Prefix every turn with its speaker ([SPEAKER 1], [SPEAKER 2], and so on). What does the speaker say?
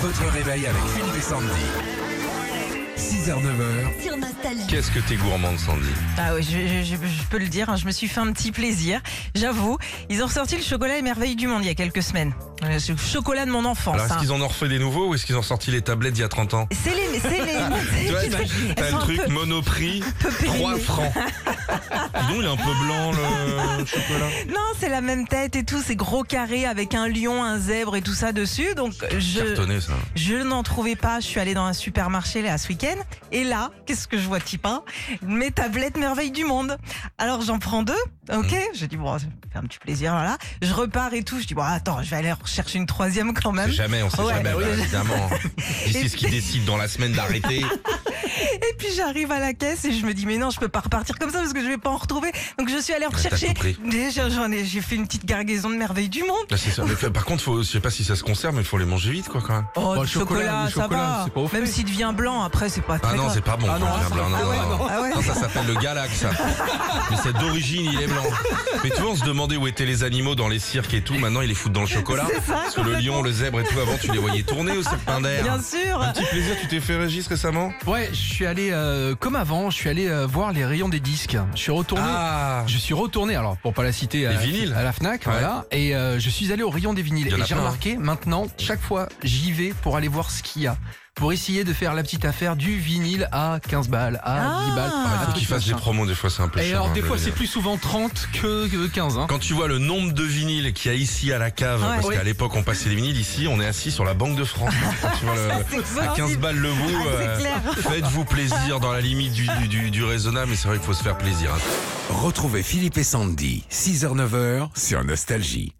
[SPEAKER 1] Votre réveil avec Philippe et Sandy. 6h, 9h.
[SPEAKER 2] Sur Nostalgie.
[SPEAKER 3] Qu'est-ce que t'es gourmand, Sandy
[SPEAKER 4] Ah oui, je, je- je- je peux le dire, hein, je me suis fait un petit plaisir. J'avoue, ils ont ressorti le chocolat et merveilles du monde il y a quelques semaines. Euh, C'est le chocolat de mon enfance.
[SPEAKER 3] Alors, est-ce
[SPEAKER 4] hein.
[SPEAKER 3] qu'ils en ont refait des nouveaux ou est-ce qu'ils ont sorti les tablettes il y a 30 ans
[SPEAKER 4] C'est les. C'est les.
[SPEAKER 3] Tu vois, t'as-
[SPEAKER 4] Elles
[SPEAKER 3] t'as
[SPEAKER 4] sont
[SPEAKER 3] le
[SPEAKER 4] un
[SPEAKER 3] truc
[SPEAKER 4] peu-
[SPEAKER 3] monoprix,
[SPEAKER 4] peu
[SPEAKER 3] 3
[SPEAKER 4] périmées.
[SPEAKER 3] francs. Dis donc, il est un peu blanc le chocolat.
[SPEAKER 4] Non, c'est la même tête et tout, c'est gros carré avec un lion, un zèbre et tout ça dessus. Donc je,
[SPEAKER 3] Cartonné ça.
[SPEAKER 4] je n'en trouvais pas. Je suis allée dans un supermarché là ce week-end et là, qu'est-ce que je vois type hein Mes tablettes merveilles du monde. Alors j'en prends deux, ok
[SPEAKER 5] Mmh.
[SPEAKER 4] Je dis bon, ça me fait un petit plaisir voilà. Je repars et tout. Je dis bon, attends, je vais aller rechercher une troisième quand
[SPEAKER 3] On
[SPEAKER 4] même.
[SPEAKER 3] sait Jamais, on sait
[SPEAKER 4] Ouais,
[SPEAKER 3] jamais,
[SPEAKER 4] bah oui.
[SPEAKER 3] bah, évidemment. Ils
[SPEAKER 4] Et
[SPEAKER 3] c'est ce qu'ils décident dans la semaine d'arrêter.
[SPEAKER 4] Et puis j'arrive à la caisse et je me dis mais non je peux pas repartir comme ça parce que je vais pas en retrouver. Donc je suis allée
[SPEAKER 3] t'as
[SPEAKER 4] rechercher.
[SPEAKER 3] tout pris.
[SPEAKER 4] Déjà j'en ai j'ai fait une petite gargaison de merveilles du monde.
[SPEAKER 3] Là, c'est ça. Mais, euh, par contre, faut, je sais pas si ça se conserve, mais il faut les manger vite, quoi, quand même.
[SPEAKER 4] Oh,
[SPEAKER 5] Bah,
[SPEAKER 4] du
[SPEAKER 5] le chocolat,
[SPEAKER 4] chocolat,
[SPEAKER 5] le
[SPEAKER 4] ça
[SPEAKER 5] chocolat,
[SPEAKER 4] va.
[SPEAKER 5] c'est pas au frais.
[SPEAKER 4] Même s'il devient blanc après c'est pas
[SPEAKER 3] Ah
[SPEAKER 4] très
[SPEAKER 3] non,
[SPEAKER 4] grave.
[SPEAKER 3] c'est pas bon.
[SPEAKER 5] Ah non,
[SPEAKER 3] quand
[SPEAKER 5] ah,
[SPEAKER 3] il devient
[SPEAKER 5] ça-
[SPEAKER 3] blanc, non,
[SPEAKER 5] ah ouais,
[SPEAKER 3] non, non.
[SPEAKER 4] Ah ouais.
[SPEAKER 3] Non, ça s'appelle le galax, ça. Mais c'est d'origine, il est blanc. Mais tu vois, on se demandait où étaient les animaux dans les cirques et tout. Maintenant, ils les foutent dans le chocolat.
[SPEAKER 4] C'est ça,
[SPEAKER 3] Parce que le lion, le zèbre et tout, avant, tu les voyais tourner au serpent
[SPEAKER 5] Ah,
[SPEAKER 3] d'air.
[SPEAKER 4] Bien sûr.
[SPEAKER 3] Un petit plaisir, tu t'es fait Régis récemment
[SPEAKER 5] Ouais, je suis allé euh, comme avant, je suis allé euh, voir les rayons des disques. Je suis retourné.
[SPEAKER 3] Ah
[SPEAKER 5] Je suis retourné, alors pour pas la citer à,
[SPEAKER 3] Les vinyles.
[SPEAKER 5] à la Fnac,
[SPEAKER 3] Ouais.
[SPEAKER 5] voilà, et euh, je suis allé au rayon des vinyles.
[SPEAKER 3] Il y en a
[SPEAKER 5] Et j'ai
[SPEAKER 3] plein, hein.
[SPEAKER 5] remarqué maintenant, chaque fois, j'y vais pour aller voir ce qu'il y a, pour essayer de faire la petite affaire du vinyle à 15 balles, à
[SPEAKER 4] Ah.
[SPEAKER 5] 10 balles.
[SPEAKER 4] Ah,
[SPEAKER 5] à
[SPEAKER 3] Il faut
[SPEAKER 5] truc
[SPEAKER 3] qu'ils fassent des
[SPEAKER 5] machin.
[SPEAKER 3] promos, des fois, c'est un peu
[SPEAKER 5] Et
[SPEAKER 3] cher,
[SPEAKER 5] alors,
[SPEAKER 3] hein,
[SPEAKER 5] des
[SPEAKER 3] le
[SPEAKER 5] fois, c'est
[SPEAKER 3] vinyle.
[SPEAKER 5] plus souvent 30 que que 15. Hein.
[SPEAKER 3] Quand tu vois le nombre de vinyles qu'il y a ici à la cave,
[SPEAKER 4] Ouais.
[SPEAKER 3] parce
[SPEAKER 5] Oui.
[SPEAKER 3] qu'à l'époque on passait les vinyles ici, on est assis sur la Banque de France. Quand tu vois le-
[SPEAKER 4] C'est
[SPEAKER 3] à 15
[SPEAKER 4] formidable.
[SPEAKER 3] balles le bout, euh,
[SPEAKER 4] Ah, c'est clair.
[SPEAKER 3] faites-vous plaisir dans la limite du, du- du- du raisonnable, mais c'est vrai qu'il faut se faire plaisir. hein.
[SPEAKER 1] Retrouvez Philippe et Sandy. 6h, 9h sur Nostalgie.